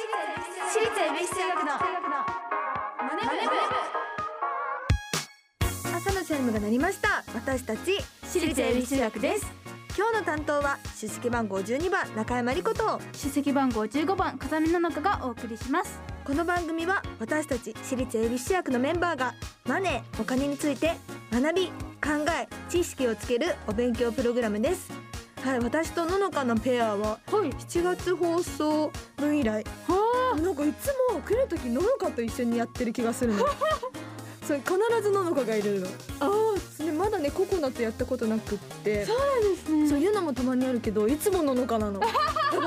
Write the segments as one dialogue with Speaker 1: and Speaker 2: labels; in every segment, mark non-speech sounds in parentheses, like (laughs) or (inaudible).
Speaker 1: 私立恵比寿中学のマネ
Speaker 2: 朝のチャイムが鳴りました私たち
Speaker 1: 私立恵比寿中学です
Speaker 2: 今日の担当は出席番号12番中山理子と
Speaker 1: 出席番号15番風見の中がお送りします
Speaker 2: この番組は私たち私立恵比寿中学のメンバーがマネーお金について学び考え知識をつけるお勉強プログラムですはい私とののかのペアは
Speaker 1: はい
Speaker 2: 7月放送分以来
Speaker 1: は
Speaker 2: なんかいつも来る時ののかと一緒にやってる気がするの (laughs) それ必ずののかがいるのああまだねココナとやったことなくって
Speaker 1: あそうです
Speaker 2: そういうのもたまにあるけどいつものの
Speaker 1: (laughs)
Speaker 2: かなのだか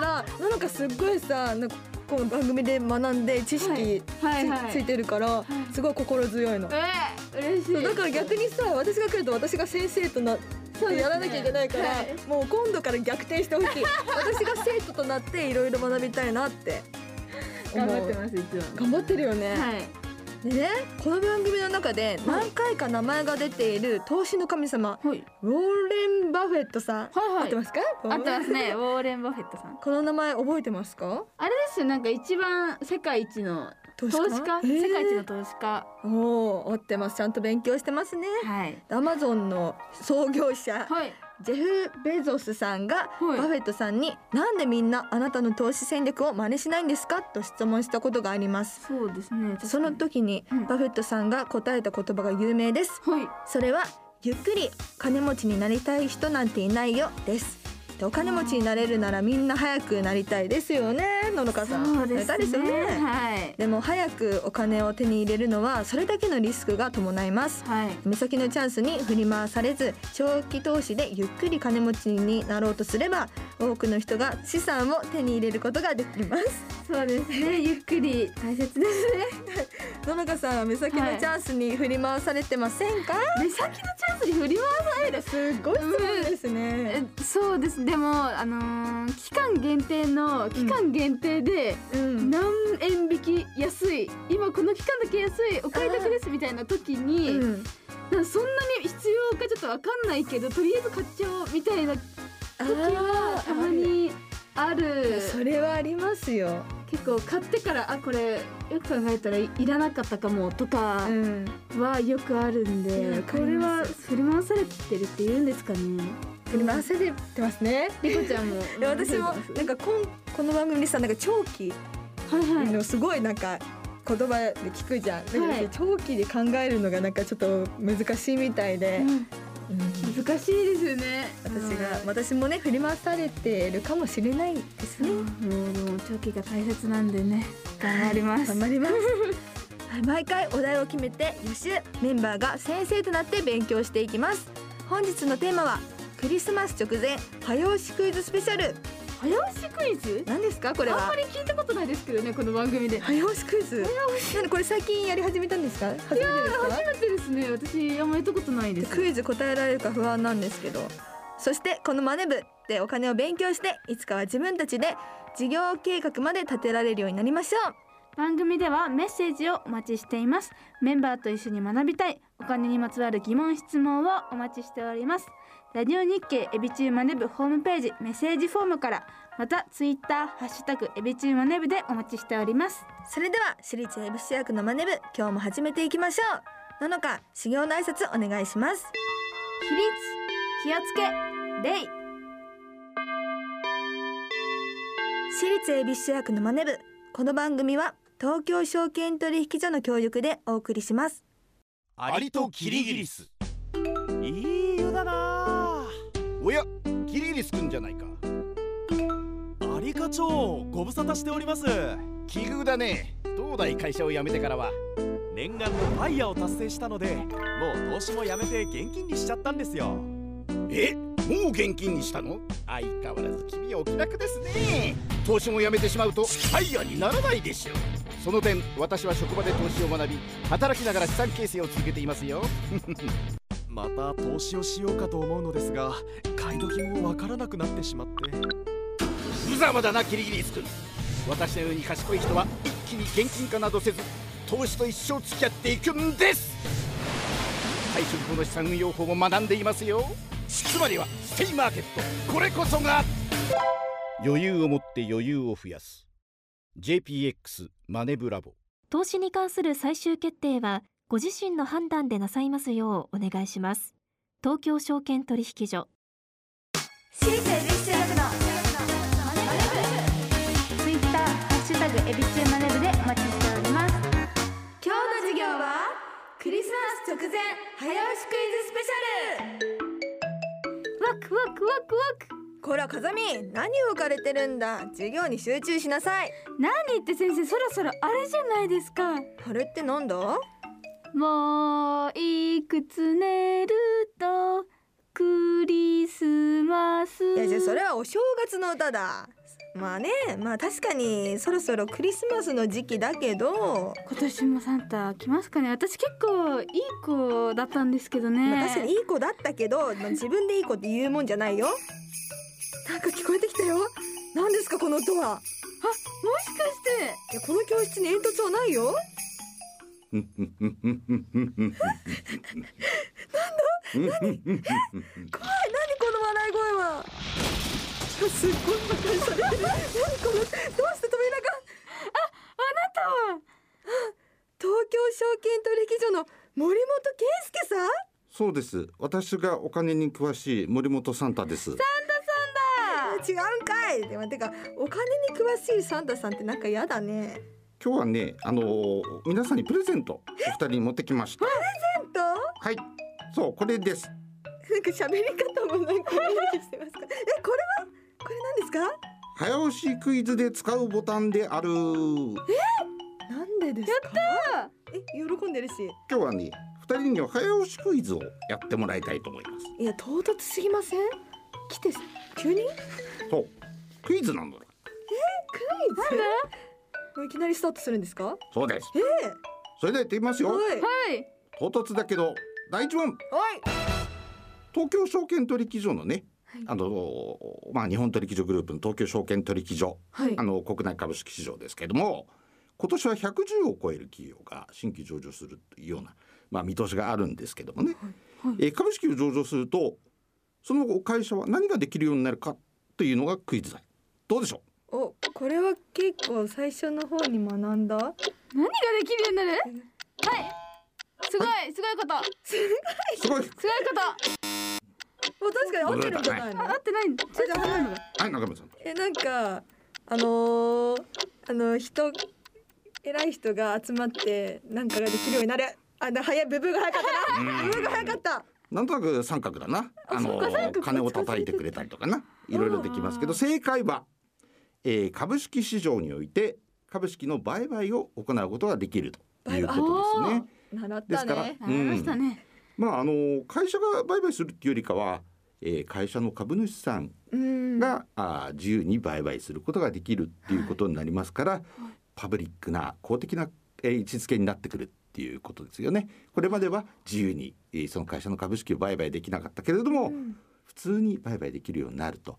Speaker 2: らののかすっごいさなんかこの番組で学んで知識つ,、
Speaker 1: はいはいはい
Speaker 2: ついてるから
Speaker 1: い
Speaker 2: すごい心強いの、
Speaker 1: えー、嬉し
Speaker 2: そう
Speaker 1: い
Speaker 2: だから逆にさ私が来ると私が先生とな
Speaker 1: そうですね
Speaker 2: やらなきゃいけないから、
Speaker 1: はい
Speaker 2: もう今度から逆転してほしい私が生徒となっていろいろ学びたいなって思う
Speaker 1: 頑張ってますいつも
Speaker 2: 頑張ってるよね、
Speaker 1: はい
Speaker 2: でねこの番組の中で何回か名前が出ている投資の神様
Speaker 1: はい
Speaker 2: ウォーレン・バフェットさん、
Speaker 1: はいはい
Speaker 2: 合ってますか
Speaker 1: あってますねウォーレン・バフェットさん
Speaker 2: この名前覚えてますか
Speaker 1: あれですよなんか一番世界一の
Speaker 2: 投
Speaker 1: 投資家、
Speaker 2: えー
Speaker 1: 世界一の投資家
Speaker 2: おお合ってますちゃんと勉強してますね
Speaker 1: はい
Speaker 2: アマゾンの創業者
Speaker 1: はい
Speaker 2: ジェフ・ベゾスさんが
Speaker 1: はい
Speaker 2: バフェットさんになんでみんなあなたの投資戦略を真似しないんですかと質問したことがあります
Speaker 1: そうですね
Speaker 2: その時に
Speaker 1: うん
Speaker 2: バフェットさんが答えた言葉が有名です
Speaker 1: はい
Speaker 2: それはゆっくり金持ちになりたい人なんていないよですでお金持ちになれるならみんな早くなりたいですよねののかさん
Speaker 1: そうですね
Speaker 2: なりたいですよね
Speaker 1: はい
Speaker 2: でも早くお金を手に入れるのはそれだけのリスクが伴います
Speaker 1: はい
Speaker 2: 目先のチャンスに振り回されず長期投資でゆっくり金持ちになろうとすれば多くの人が資産を手に入れることができます
Speaker 1: そうですねゆっくり大切ですね
Speaker 2: (laughs) 野中さんは目先の
Speaker 1: はい
Speaker 2: チャンスに振り回されてませんか、
Speaker 1: 目先のチャンスに振り回される
Speaker 2: すごい質問です
Speaker 1: え
Speaker 2: ね、
Speaker 1: そうですでもあのー期間限定の期間限定で
Speaker 2: うん
Speaker 1: 何円引き安い今この期間だけ安いお買い得ですみたいな時に、
Speaker 2: うん
Speaker 1: なんかそんなに必要かちょっとわかんないけどとりあえず買っちゃおうみたいな時
Speaker 2: あ
Speaker 1: は
Speaker 2: ー
Speaker 1: たまにある
Speaker 2: それはありますよ、
Speaker 1: 結構買ってからあこれよく考えたらいいらなかったかもとか
Speaker 2: うん、
Speaker 1: はよくあるんで、
Speaker 2: いやわ
Speaker 1: こ
Speaker 2: かり
Speaker 1: れは
Speaker 2: ます
Speaker 1: 振り回されてるって言うんですかね
Speaker 2: 振り回されてますね
Speaker 1: リコちゃんも
Speaker 2: いや私もなんかこんこの番組でさなんか長期
Speaker 1: はいはい
Speaker 2: のすごいなんか言葉で聞くじゃん、だ
Speaker 1: は
Speaker 2: け
Speaker 1: い
Speaker 2: ど長期で考えるのがなんかちょっと難しいみたいで、うん
Speaker 1: うん難しいですよね
Speaker 2: 私が
Speaker 1: うん
Speaker 2: 私もね振り回されてるかもしれないですね、
Speaker 1: うんでも長期が大切なんでね頑張ります
Speaker 2: 頑張
Speaker 1: (laughs)
Speaker 2: りますはい毎回お題を決めて予習メンバーが先生となって勉強していきます本日のテーマはクリスマス直前早押しクイズスペシャル
Speaker 1: 早押しクイズ
Speaker 2: 何ですかこれ
Speaker 1: あん
Speaker 2: は
Speaker 1: まり聞いたことないですけどねこの番組で
Speaker 2: 早押しクイズ何これ最近やり始めたんですか初めてですか
Speaker 1: 初めてですね私あんまりやったことないです
Speaker 2: クイズ答えられるか不安なんですけどそしてこのマネ部でお金を勉強していつかは自分たちで事業計画まで立てられるようになりましょ
Speaker 1: 番組ではメッセージをお待ちしていますメンバーと一緒に学びたいお金にまつわる疑問質問をお待ちしておりますラジオ日経エビチューマネブホームページメッセージフォームからまたツイッターハッシュタグエビチューマネブでお待ちしております
Speaker 2: うそれでは私立恵比寿中学のマネ部今日も始めていきましょうののか修行の挨拶お願いします
Speaker 1: 起立気をつけ礼
Speaker 2: 私立恵比寿中学のマネ部この番組は東京証券取引所の協力でお送りします
Speaker 3: アリとキリギリスいい湯だなあおやキリギリスくんじゃないか
Speaker 4: アリ課長ご無沙汰しております
Speaker 3: 奇遇だね東大会社を辞めてからは
Speaker 4: 念願のファイヤーを達成したのでもう投資もやめて現金にしちゃったんですよ
Speaker 3: えもう現金にしたの相変わらず君はお気楽ですね投資も辞めてしまうとファイヤーにならないでしょうその点私は職場で投資を学び働きながら資産形成を続けていますよ
Speaker 4: また投資をしようかと思うのですが買い時もわからなくなってしまって
Speaker 3: 無様だなキリギリス君私のように賢い人は一気に現金化などせず投資と一生付き合っていくんです退職後の資産運用法も学んでいますよつまりはステイマーケットこれこそが余裕を持って余裕を増やす JPX マネブラボ
Speaker 5: 投資に関する最終決定はご自身の判断でなさいますようお願いします東京証券取引所
Speaker 2: 私立恵比寿中学の
Speaker 1: ツイッターハッシュタグエビチューマネブでお待ちしております
Speaker 2: 今日の授業はクリスマス直前早押しクイズスペシャル
Speaker 1: ワクワクワクワク
Speaker 2: こら風見何を浮かれてるんだ授業に集中しなさい
Speaker 1: 何言って先生そろそろあれじゃないですか
Speaker 2: あれってなんだ
Speaker 1: もういくつ寝るとクリスマス
Speaker 2: いやじゃあそれはお正月の歌だまあねまあ確かにそろそろクリスマスの時期だけど、
Speaker 1: 今年もサンタ来ますかね私結構いい子だったんですけどね、
Speaker 2: まあ、確かにいい子だったけど、まあ、自分でいい子って言うもんじゃないよなんか聞こえてきたよ何ですかこの音は
Speaker 1: もしかして
Speaker 2: いやこの教室に煙突はないよ怖い何この笑い声はすっごい馬鹿にされてる何このどうして扉が
Speaker 1: あなたは
Speaker 2: 東京証券取引所の森本圭介さん
Speaker 6: そうです。私がお金に詳しい森本サンタです。
Speaker 2: あ違うんかいでもてかお金に詳しいサンタさんってなんかやだね
Speaker 6: 今日はね、あのー皆さんにプレゼント、お二人に持ってきました。
Speaker 2: なんとなんか
Speaker 6: はい。そう、これです。
Speaker 2: 喋り方もなんか意識してますかえこれはこれ何ですか
Speaker 6: 早押しクイズで使うボタンである。今
Speaker 2: なんでですかやったえ喜んでるし
Speaker 6: 日はね、二人には早押しクイズをやってもらいたいと思います。
Speaker 2: いや唐突すぎません来て急にクイ
Speaker 6: そう。クイズなんだ。
Speaker 2: ズなんいきなりスタートするんですか
Speaker 6: そうです。
Speaker 2: ええ
Speaker 6: それではやってみますよ。
Speaker 2: はい
Speaker 1: はい
Speaker 6: 唐突だけど、第一問。
Speaker 2: はい
Speaker 6: 東京証券取引所のね、あのーまあ日本取引所グループの東京証券取引所
Speaker 2: はい
Speaker 6: (laughs) あの国内株式市場ですけれども今年は110を超える企業が新規上場するというような、まあ、見通しがあるんですけどもね、えー株式を上場するとその後会社は何ができるようになるかというのがクイズだどうでしょ
Speaker 2: おこれは結構最初の方に学んだ
Speaker 1: 何ができるようになるはいすごいすごいこと
Speaker 6: うすごい
Speaker 1: すごいこと
Speaker 2: お確かに合ってるんじゃないの
Speaker 1: あ合ってないんだちょっとないのが
Speaker 6: はい中村さん
Speaker 2: えなんかあのー、あの人偉い人が集まってなんかができるようになるあの早い部分が早かったな部分が早かった
Speaker 6: なんとなく三角だなあ
Speaker 2: そ
Speaker 6: の
Speaker 2: っか三角
Speaker 6: 金を叩いてくれたりとかないろいろできますけど正解は、えー株式市場において株式の売買を行うことができるということですね。
Speaker 2: 習っ
Speaker 6: で
Speaker 2: た
Speaker 6: すから
Speaker 2: ね、
Speaker 1: ありましたね、
Speaker 6: まあ、あの会社が売買するっていうよりかは、えー会社の株主さん
Speaker 2: うん
Speaker 6: が、あー自由に売買することができるっていうことになりますから、パブリックな公的な、えー位置づけになってくるっていうことですよね。これまでは自由に、えーその会社の株式を売買できなかったけれども、普通に売買できるようになると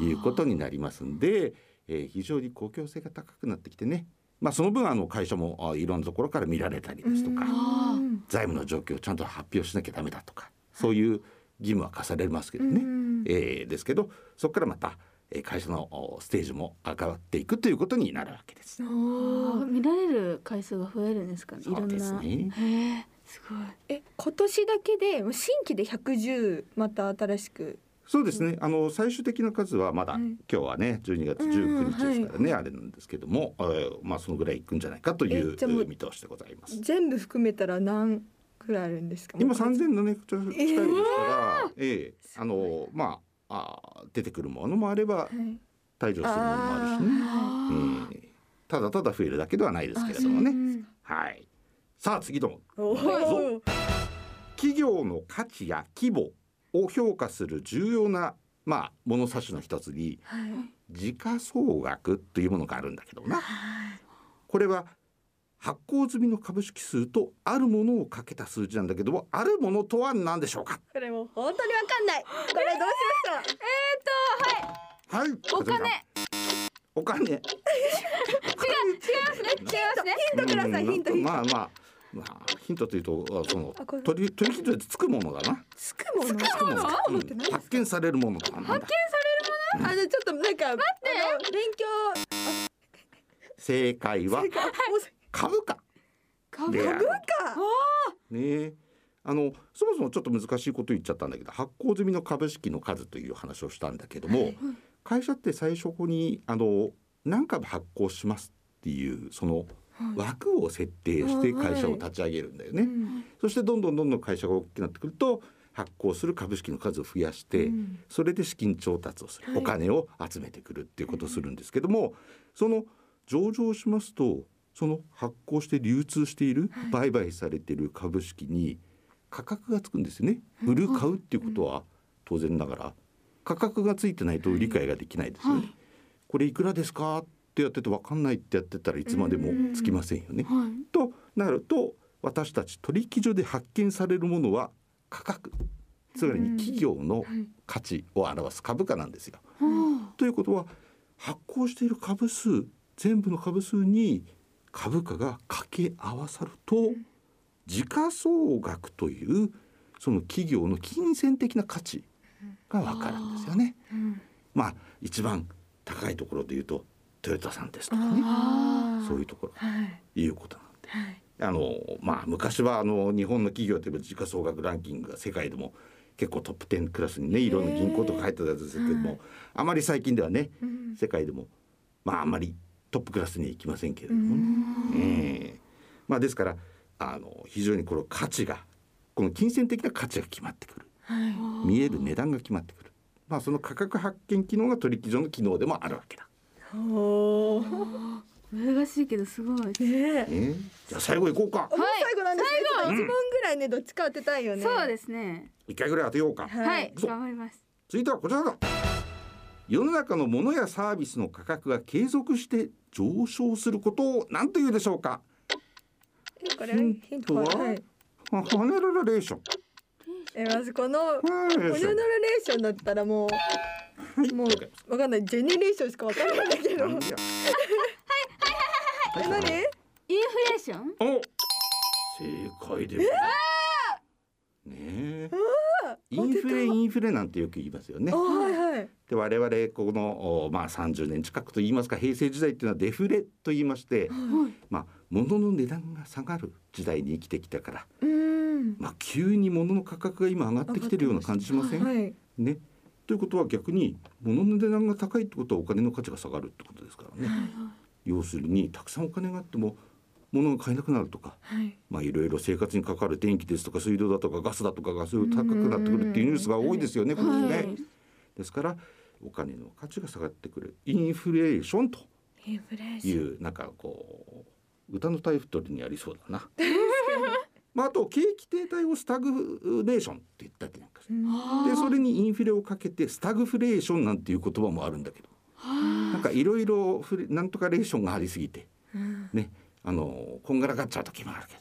Speaker 6: いうことになりますんで、えー非常に公共性が高くなってきてね、まあ、その分あの会社もあーいろんなところから見られたりですとか。
Speaker 1: あ
Speaker 6: 財務の状況をちゃんと発表しなきゃダメだとかそういう義務は課されますけどね、えーですけどそこからまたえー会社のおステージも上がっていくということになるわけです。
Speaker 1: あー見られる回数が増えるんですかねいろん
Speaker 6: そう
Speaker 1: な
Speaker 6: ですね
Speaker 1: へえすごい
Speaker 2: え今年だけでもう新規で110また新しく
Speaker 6: そうですねあの最終的な数はまだ、
Speaker 2: はい
Speaker 6: 今日はね12月19日ですからね、あれなんですけども、えーまあ、そのぐらいいくんじゃないかという
Speaker 2: えじゃあもう
Speaker 6: 見通しでございます。
Speaker 2: 全部含めたら何くらいあるんですか
Speaker 6: 今
Speaker 2: もう
Speaker 6: 三千七百近いですから、ええあのまああー出てくるものもあれば
Speaker 2: はい
Speaker 6: 退場するものもあるしね。
Speaker 1: あー
Speaker 6: えーただただ増えるだけではないですけれども
Speaker 1: う
Speaker 6: ね。
Speaker 1: ん
Speaker 6: はい。さあ次の
Speaker 2: おー
Speaker 6: 企業の価値や規模を評価する重要なまあ物差しの一つに
Speaker 2: はい
Speaker 6: 時価総額というものがあるんだけどな。これは発行済みの株式数とあるものをかけた数字なんだけどもあるものとは何でしょうか。
Speaker 2: これもう本当にわかんないこれどうしましょ
Speaker 6: はい。お金。お金。違う
Speaker 1: 違
Speaker 6: 違
Speaker 1: いますね
Speaker 2: ヒントくださいヒントヒント
Speaker 6: まあまあまあヒントというとあその
Speaker 2: あこれ
Speaker 6: 取り取引所でつくものだな。
Speaker 2: うつくもの
Speaker 6: つくもの
Speaker 2: つくものって何ですか
Speaker 6: 発見されるものとかなんだ
Speaker 2: あのちょっとなんか待って勉強
Speaker 6: 正解は
Speaker 2: 正解お
Speaker 6: 株価
Speaker 1: 株
Speaker 6: である
Speaker 2: 株価
Speaker 6: ねえあのそもそもちょっと難しいこと言っちゃったんだけど発行済みの株式の数という話をしたんだけども、会社って最初にあの何株発行しますっていうその枠を設定して会社を立ち上げるんだよね。
Speaker 1: うん
Speaker 6: そしてどんどんどんどん会社が大きくなってくると発行する株式の数を増やして、
Speaker 1: うん
Speaker 6: それで資金調達をする、お金を集めてくるっていうことをするんですけども、その上場しますとその発行して流通している、売買されている株式に価格がつくんですよね。売る買うっていうことは当然ながら価格がついてないと理解ができないですよね。
Speaker 1: はい
Speaker 6: これいくらですかってやってて分かんないってやってたらいつまでもつきませんよね。
Speaker 1: はい
Speaker 6: となると私たち取引所で発見されるものは価格つまり企業の価値を表す株価なんですよ。
Speaker 1: は
Speaker 6: ということは発行している株数全部の株数に株価が掛け合わさると時価総額というその企業の金銭的な価値がわかるんですよね。
Speaker 1: あうん
Speaker 6: まあ一番高いところで言うとトヨタさんですとかね
Speaker 1: あー
Speaker 6: そういうところ
Speaker 1: はい
Speaker 6: いうことなんで
Speaker 1: はい
Speaker 6: あのまあ昔はあの日本の企業といえば時価総額ランキングが世界でも結構トップ10クラスにねいろんな銀行とか入ってたんですけどもあまり最近ではね世界でもまああまりトップクラスにはいきませんけれどもね。ええまあですからあの非常にこの価値がこの金銭的な価値が決まってくる
Speaker 1: はい
Speaker 6: 見える値段が決まってくるまあその価格発見機能が取引所の機能でもあるわけだ。
Speaker 2: おー
Speaker 1: 難しいけどすごい
Speaker 2: ねえ
Speaker 6: ええじゃあ最後行こうか
Speaker 2: もう最後なんですけど一問ぐらいねどっちか当てたいよね
Speaker 1: そうですね
Speaker 6: 一回ぐらい当てようか。
Speaker 1: は
Speaker 2: はいい
Speaker 6: そう
Speaker 1: 頑張ります
Speaker 6: 続いてはこちらだ世の中の物やサービスの価格が継続して上昇することを何というでしょうか
Speaker 2: これ
Speaker 6: ヒン
Speaker 2: ヒン
Speaker 6: ト
Speaker 2: トは
Speaker 6: は
Speaker 2: はい
Speaker 6: あホネルレーション
Speaker 2: えまずこの
Speaker 6: ホネ
Speaker 2: ホ
Speaker 6: ルレ
Speaker 2: ニ
Speaker 6: ー
Speaker 2: ャ
Speaker 6: ショ
Speaker 2: ラ
Speaker 6: ン
Speaker 2: レーションだったらもうもうわかんないジェネレーションしかわからないんだけど
Speaker 6: なんや
Speaker 2: え
Speaker 1: イ
Speaker 2: 何
Speaker 1: ンフレーション
Speaker 6: お正解でございますねえインフレインフレなんてよく言いますよね
Speaker 2: あはいはい
Speaker 6: で我々このおまあ30年近くと言いますか平成時代っていうのはデフレと言いましてまあ物の値段が下がる時代に生きてきたから
Speaker 2: うん
Speaker 6: まあ急に物の価格が今上がってきてるような感じしません
Speaker 2: はい
Speaker 6: ね。ということは逆に物の値段が高いってことはお金の価値が下がるってことですからね。要するにたくさんお金があっても物が買えなくなるとか、
Speaker 2: はい
Speaker 6: まあいろいろ生活に関わる電気ですとか水道だとかガスだとかがそういう高くなってくるっていうニュースが多いですよね。今年ね
Speaker 1: はい
Speaker 6: ですからお金の価値が下がってくるインフレーションと
Speaker 2: インフレーション
Speaker 6: いうなんかこう歌のタイトルにありそうだな。まああと景気停滞をスタグネーションって言ったりなんかしてでそれにインフレをかけてスタグフレーションなんていう言葉もあるんだけどなんかいろいろフレなんとかレーションがありすぎて、ねあのこんがらがっちゃう時もあるけど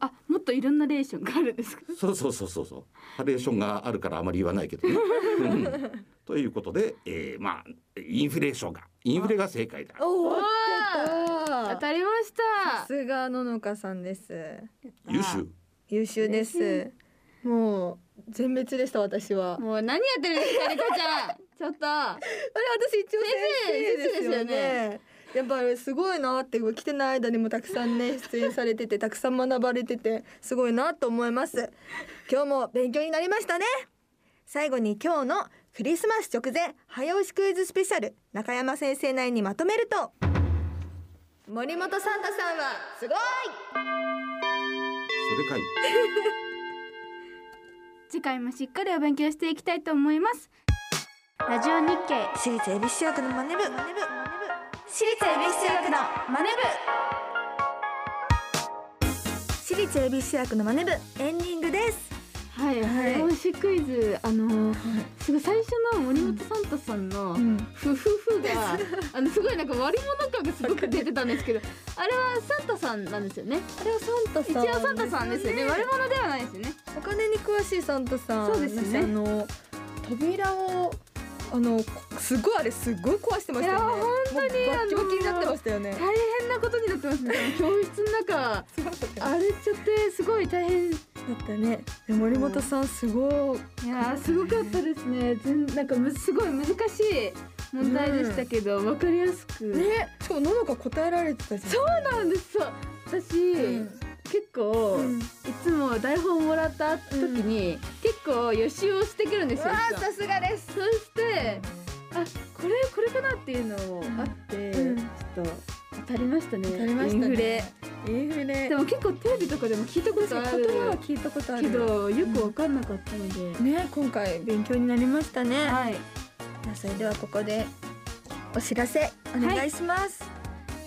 Speaker 1: あもっといろんなレーションがあるんですか
Speaker 6: そうそうそうそうそうハレーションがあるからあまり言わないけどね。うんということで、えーまあインフレーションがインフレが正解だ。
Speaker 2: おお
Speaker 1: 当
Speaker 2: 当てた
Speaker 1: たりまし
Speaker 2: さ
Speaker 1: た
Speaker 2: すがののかさんです
Speaker 6: 優秀
Speaker 2: 優秀ですもう全滅でした私は
Speaker 1: もう何やってるんですかリコちゃん (laughs) ちょっと
Speaker 2: あれ私一応先生
Speaker 1: 先生
Speaker 2: ですよね。やっぱりすごいなって来てない間にもたくさんね出演されててたくさん学ばれててすごいなと思います。今日も勉強になりましたね。最後に今日のクリスマス直前早押しクイズスペシャル中山先生内にまとめると森本サンタさんはすごい
Speaker 6: それかい
Speaker 1: 次回もしっかりお勉強していきたいと思いますラジオ日経
Speaker 2: 私立恵比寿学のマネ部私立恵比寿学の
Speaker 1: マネ部
Speaker 2: 私立恵比寿学のマネ部エンディングです
Speaker 1: はい、
Speaker 2: はい
Speaker 1: 早押しクイズ、あのー、すごい最初の森本サンタさんの。ふふふ (laughs) が、あの、すごいなんか割り物感がすごく出てたんですけど、 (laughs) あれはサンタさんなんですよね。
Speaker 2: あれはサンタ
Speaker 1: 一
Speaker 2: さん
Speaker 1: 応サンタさんですよね、割り物ではないですよね。
Speaker 2: お金に詳しいサンタさん
Speaker 1: そうですね
Speaker 2: あの扉をあのすごいあれすごい壊してました
Speaker 1: いや
Speaker 2: よね
Speaker 1: 本当に
Speaker 2: もうバッキバキになってましたよね
Speaker 1: 大変なことになってますね、あの教室の中、
Speaker 2: すごかった
Speaker 1: 荒れちゃって、すごい大変。い
Speaker 2: だったねで森本さんすごい
Speaker 1: やー、すごかったですね、全、なんかむ、すごい難しい。問題でしたけど、わかりやすく。
Speaker 2: ねしかもののか答えられてたじゃんそ
Speaker 1: そ
Speaker 2: う
Speaker 1: うなんです。そう私、結構、
Speaker 2: うん
Speaker 1: いつも台本もらった時に、結構予習をしてくるんですよ。
Speaker 2: わ
Speaker 1: 実
Speaker 2: あ
Speaker 1: は
Speaker 2: さすがです
Speaker 1: そして、あ、これ、これかなっていうのもあって、
Speaker 2: うん
Speaker 1: ちょっと。当たりましたね。
Speaker 2: 当たりましたね
Speaker 1: インフレ。
Speaker 2: インフレ
Speaker 1: でも結構テレビとかでも聞いたこと
Speaker 2: 言
Speaker 1: あ
Speaker 2: 葉
Speaker 1: る。
Speaker 2: は聞いたことある
Speaker 1: けど、よくわかんなかったので。
Speaker 2: ね今回勉強になりましたね、
Speaker 1: はい。
Speaker 2: それではここでお知らせお願いします、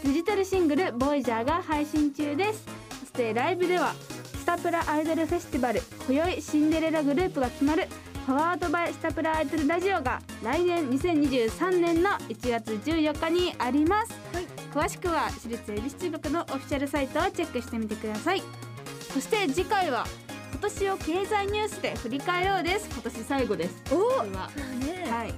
Speaker 1: デジタルシングル「ボイジャーが配信中ですそしてライブではスタプラアイドルフェスティバル今宵シンデレラグループが決まるパワードバイスタプラアイドルラジオが来年2023年の1月14日にあります、詳しくは私立恵比寿中学のオフィシャルサイトをチェックしてみてくださいそして次回は今年を経済ニュースで振り返ろうです今年最後です
Speaker 2: お
Speaker 1: こ
Speaker 2: お
Speaker 1: れは
Speaker 2: ね
Speaker 1: はい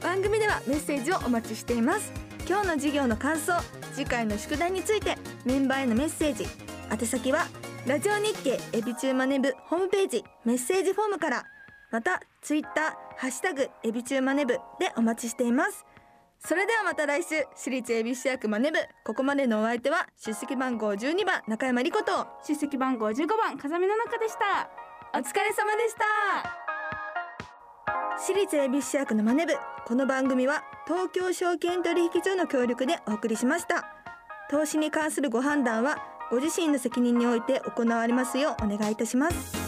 Speaker 2: 番組ではメッセージをお待ちしています今日の授業の感想次回の宿題についてメンバーへのメッセージ宛先はラジオ日経エビチューマネブホームページメッセージフォームからまたツイッターハッシュタグエビチューマネブでお待ちしていますそれではまた来週私立エビ市役マネブここまでのお相手は出席番号12番中山理子と
Speaker 1: 出席番号15番風見の中でした
Speaker 2: お疲れ様でした私立恵比寿市役のマネ部この番組は東京証券取引所の協力でお送りしました投資に関するご判断はご自身の責任において行われますようお願いいたします